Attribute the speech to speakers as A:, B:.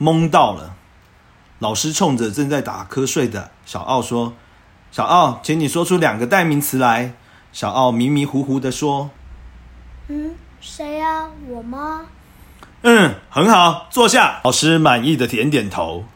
A: 懵到了。老师冲着正在打瞌睡的小奥说：“小奥，请你说出两个代名词来。”小奥迷迷糊糊的说
B: 嗯，谁呀、我吗？：“
A: 嗯，很好，坐下。”老师满意的点点头。